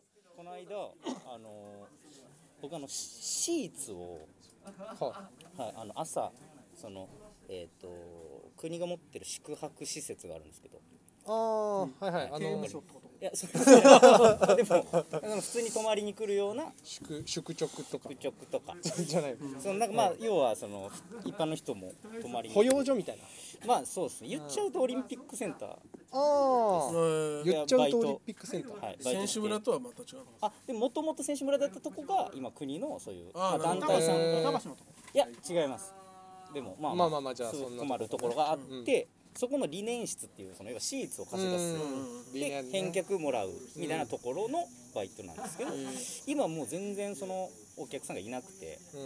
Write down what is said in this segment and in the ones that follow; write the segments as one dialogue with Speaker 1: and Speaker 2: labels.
Speaker 1: 間あの僕あのシーツを、
Speaker 2: は
Speaker 1: はい、あの朝そのえっ、と国が持ってる宿泊施設があるんですけど
Speaker 2: ああ、はいはい、あ
Speaker 3: 刑務
Speaker 2: の
Speaker 3: 所ってこと
Speaker 1: いやそれでもでも普通に泊まりに来るような
Speaker 2: 宿宿直とか
Speaker 1: 宿直とか
Speaker 2: じゃない
Speaker 1: そのなんかまあ要はその一般の人も泊まりに
Speaker 2: 保養所みたいな
Speaker 1: まあそうですね言っちゃうとオリンピックセンター
Speaker 2: ああ
Speaker 3: え
Speaker 2: 言っちゃうとオリンピックセンター、
Speaker 1: はいバイト
Speaker 3: 選
Speaker 1: し
Speaker 3: 手
Speaker 1: て
Speaker 3: 村とはまた違うの
Speaker 1: あでもともと選手村だったとこが今国のそういうま
Speaker 3: あ
Speaker 1: あ、
Speaker 3: ーなる
Speaker 1: 団
Speaker 3: ほど
Speaker 1: 体さん
Speaker 2: へー
Speaker 1: が
Speaker 4: 高橋のとこ
Speaker 1: いや違いますでもまあ
Speaker 2: まあまあまあじゃあ
Speaker 1: そう
Speaker 2: そんな
Speaker 1: 泊まるところがあって、そこの理念室っていうその要はシーツを貸し出す
Speaker 2: うん微
Speaker 1: で
Speaker 2: 妙に
Speaker 1: 返
Speaker 2: ね
Speaker 1: 却もらうみたいなところのバイトなんですけど、今もう全然そのお客さんがいなく て、
Speaker 2: うん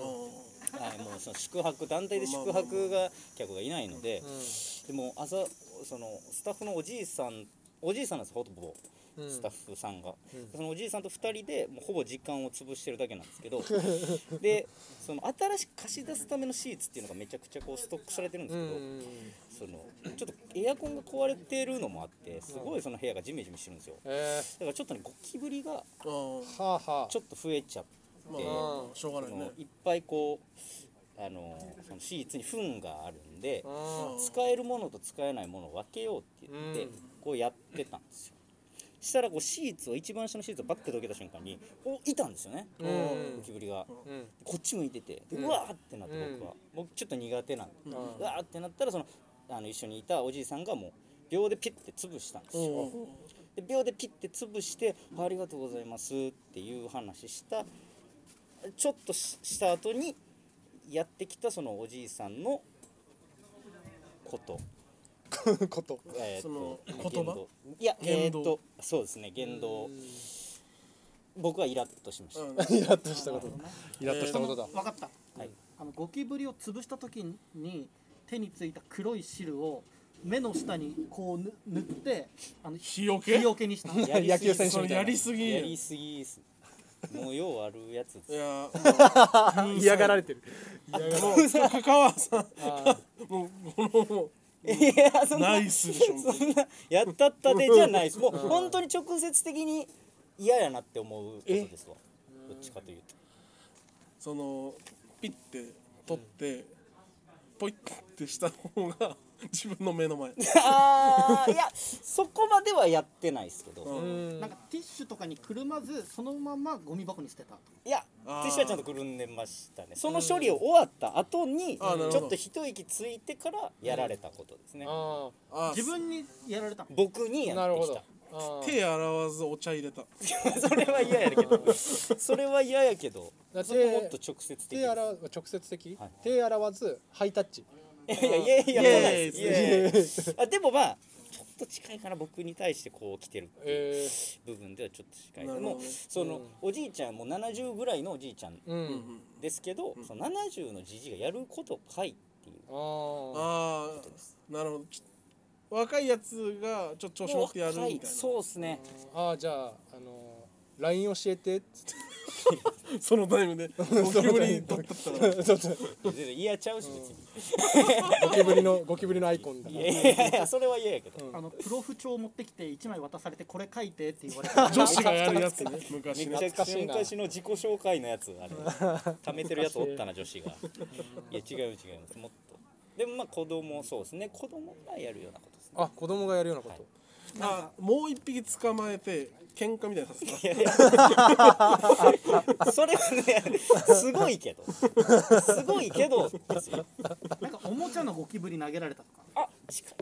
Speaker 1: はい、もうその宿泊団体で宿泊が客がいないので、でも朝そのスタッフのおじいさんおじいさんなんですほとんど
Speaker 2: うんうん
Speaker 1: スタッフさんが、
Speaker 2: うん
Speaker 1: そのおじいさんと2人でもうほぼ時間を潰してるだけなんですけ どでその新しく貸し出すためのシーツっていうのがめちゃくちゃこうストックされてるんで
Speaker 2: う
Speaker 1: すけ
Speaker 2: ん
Speaker 1: ど、そのちょっとエアコンが壊れてるのもあってすごいその部屋がジメジメしてるんですよ
Speaker 2: え
Speaker 1: だからちょっとねゴキブリが
Speaker 3: あ
Speaker 2: ー、はあはあ
Speaker 1: ちょっと増えちゃって、
Speaker 3: あまあ
Speaker 2: うん
Speaker 3: しょうがない
Speaker 1: その
Speaker 3: ね
Speaker 1: いっぱいこうあのそのシーツに糞があるんで
Speaker 2: あ
Speaker 1: 使えるものと使えないものを分けようって言って、
Speaker 2: うん
Speaker 1: こうやってたんですよしたらこうシーツを一番下のシーツをバッてどけた瞬間においたんですよね、
Speaker 2: うん
Speaker 1: ゴキブリが
Speaker 2: ーうん
Speaker 1: こっち向いてて、
Speaker 2: ん
Speaker 1: うわーってなって僕は、僕ちょっと苦手なんで、
Speaker 2: ん
Speaker 1: うわーってなったらそのあの一緒にいたおじいさんがもう秒でピッて潰したんですよ、で秒でピッて潰して「ありがとうございます」っていう話したちょっとしした後にやってきたそのおじいさんのこと、
Speaker 2: こと
Speaker 1: えーと
Speaker 3: その言葉
Speaker 1: 言動いやえー
Speaker 3: 言動
Speaker 1: っとそうですね言動僕はイラッとしました、
Speaker 3: うん
Speaker 2: イラッとしたことだイラッとしたことだ
Speaker 4: 分かった
Speaker 1: はい
Speaker 4: あのゴキブリを潰した時に手についた黒い汁を目の下にこうぬ塗ってあの
Speaker 3: 日よけ
Speaker 4: 日よけにした
Speaker 1: やりすぎ
Speaker 2: 野球選手
Speaker 3: そ
Speaker 2: み
Speaker 3: れ
Speaker 2: た
Speaker 3: や
Speaker 2: いな
Speaker 3: りすぎ
Speaker 1: や
Speaker 3: や
Speaker 1: り
Speaker 3: い
Speaker 1: すぎですもうようあるやつです
Speaker 3: や
Speaker 2: 嫌がられてる
Speaker 3: もう香川さん
Speaker 2: あ
Speaker 3: もうこのも
Speaker 1: いやそん
Speaker 3: う
Speaker 1: な
Speaker 3: ナイスでしょ
Speaker 1: そんなやったったでじゃないですもう本当に直接的に嫌やなって思うことですわどっちかというと
Speaker 3: そのピッて取ってポイってした方が自分の目の前
Speaker 1: あーいや そこまではやってないですけど、
Speaker 3: う
Speaker 2: ーうんん
Speaker 4: なんかティッシュとかにくるまずそのままゴミ箱に捨てた
Speaker 1: いや
Speaker 3: あー
Speaker 1: 手下はちゃんとくるんでましたねその処理を終わった後にち
Speaker 3: あーなるほど
Speaker 1: ょっと一息ついてからやられたことですね
Speaker 2: あ
Speaker 3: あ
Speaker 4: 自分にやられたの
Speaker 1: 僕に
Speaker 2: ーな
Speaker 1: や
Speaker 2: る
Speaker 1: って
Speaker 2: ほ
Speaker 1: き
Speaker 2: ど
Speaker 1: た
Speaker 2: あー
Speaker 3: 手洗わずお茶入れた
Speaker 1: それは嫌やけ どそれは嫌やけど
Speaker 2: だって
Speaker 1: それもっと直接的
Speaker 2: 手洗わ直接的
Speaker 1: はい
Speaker 2: 手洗わずハイタッチ
Speaker 1: いやいやいやいや来ないです
Speaker 3: イ
Speaker 1: い
Speaker 3: エ
Speaker 1: やいやいやあでもまあちょっと近いかな僕に対してこう来てるっていう
Speaker 2: えー
Speaker 1: 部分ではちょっと近い
Speaker 3: な
Speaker 1: で
Speaker 3: るほど
Speaker 1: も
Speaker 3: ね
Speaker 1: そのおじいちゃんもう70ぐらいのおじいちゃん
Speaker 2: うん
Speaker 1: ですけどその70のじじいがやることかいっていう
Speaker 2: あー
Speaker 3: ああなるほどちょ若いやつがちょっと調子乗ってやるみたい
Speaker 1: もう
Speaker 3: な
Speaker 1: そうですね
Speaker 2: あーじゃああのー LINE 教えてっつって
Speaker 3: そのタイムでゴキブリ取ったったら
Speaker 1: 全然嫌ちゃうし別に
Speaker 2: ゴキブリの ゴキブリのアイコンだ
Speaker 1: いやいやいやそれは嫌やけど
Speaker 4: あのプロフ帳持ってきて1枚渡されてこれ書いてって言われた
Speaker 3: 女子がやるやつね
Speaker 1: め
Speaker 3: 昔ね
Speaker 1: っちゃ
Speaker 2: 懐かしいな
Speaker 1: 昔の自己紹介のやつあれ貯めてるやつおったな女子がいや違う違いますもっとでもまあ子供そうですね子供がやるようなことですね
Speaker 2: あ子供がやるようなこ
Speaker 1: はい
Speaker 2: と
Speaker 3: あもう一匹捕まえて喧嘩みたいなさせた
Speaker 1: いやいや それはねすごいけどすごいけどですよ
Speaker 4: なんかおもちゃのゴキブリ投げられたとか
Speaker 1: あ近い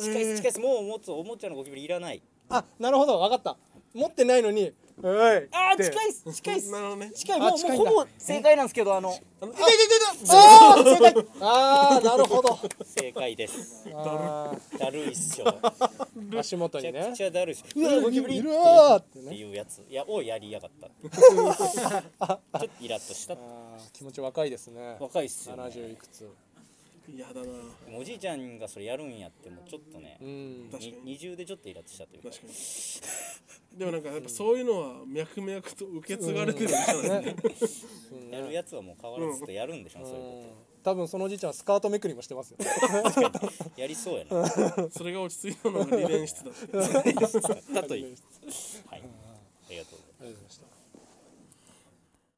Speaker 1: 近いです近いですもう持つおもちゃのゴキブリいらない
Speaker 2: あなるほどわかった持ってないのに「おい」
Speaker 1: あー
Speaker 2: って
Speaker 1: 近いっす近いっす
Speaker 3: なるほどね
Speaker 1: 近いも
Speaker 2: あ
Speaker 1: うも
Speaker 2: 近
Speaker 1: う
Speaker 2: いんだ
Speaker 1: ほぼ正解なんですけどあの
Speaker 3: あのあ
Speaker 2: あー正解あーなる ほど
Speaker 1: 正解です
Speaker 2: あー
Speaker 1: だるいっすよ
Speaker 2: 足元
Speaker 1: め
Speaker 2: に
Speaker 1: ちゃ
Speaker 2: ね
Speaker 1: くちゃだるいしうわゴキブリ
Speaker 2: い
Speaker 1: っ
Speaker 2: るわーって
Speaker 1: て
Speaker 2: ね
Speaker 1: いうやついやをやりやがった っていうちょっとイラッとした
Speaker 2: あー気持ち若いですね
Speaker 1: 若いっすよ、ね、
Speaker 2: 70いくつ
Speaker 3: 嫌だな
Speaker 1: でもおじいちゃんがそれやるんやってもうちょっとね
Speaker 2: うん
Speaker 3: 確か
Speaker 1: に
Speaker 3: に
Speaker 1: 二重でちょっとイラッとしたというか
Speaker 3: 確かにでもなんかやっぱそういうのは脈々と受け継がれてるんじゃない
Speaker 2: ね
Speaker 1: やるやつはもう変わらずっとやるんでしょ、そういうこ
Speaker 2: 多分そのおじいちゃんはスカートめくりもしてますよ
Speaker 1: とやりそうやな
Speaker 3: それが落ち着いたのが理念室だって
Speaker 1: たとえはいありがとうございます
Speaker 2: ありがとうございました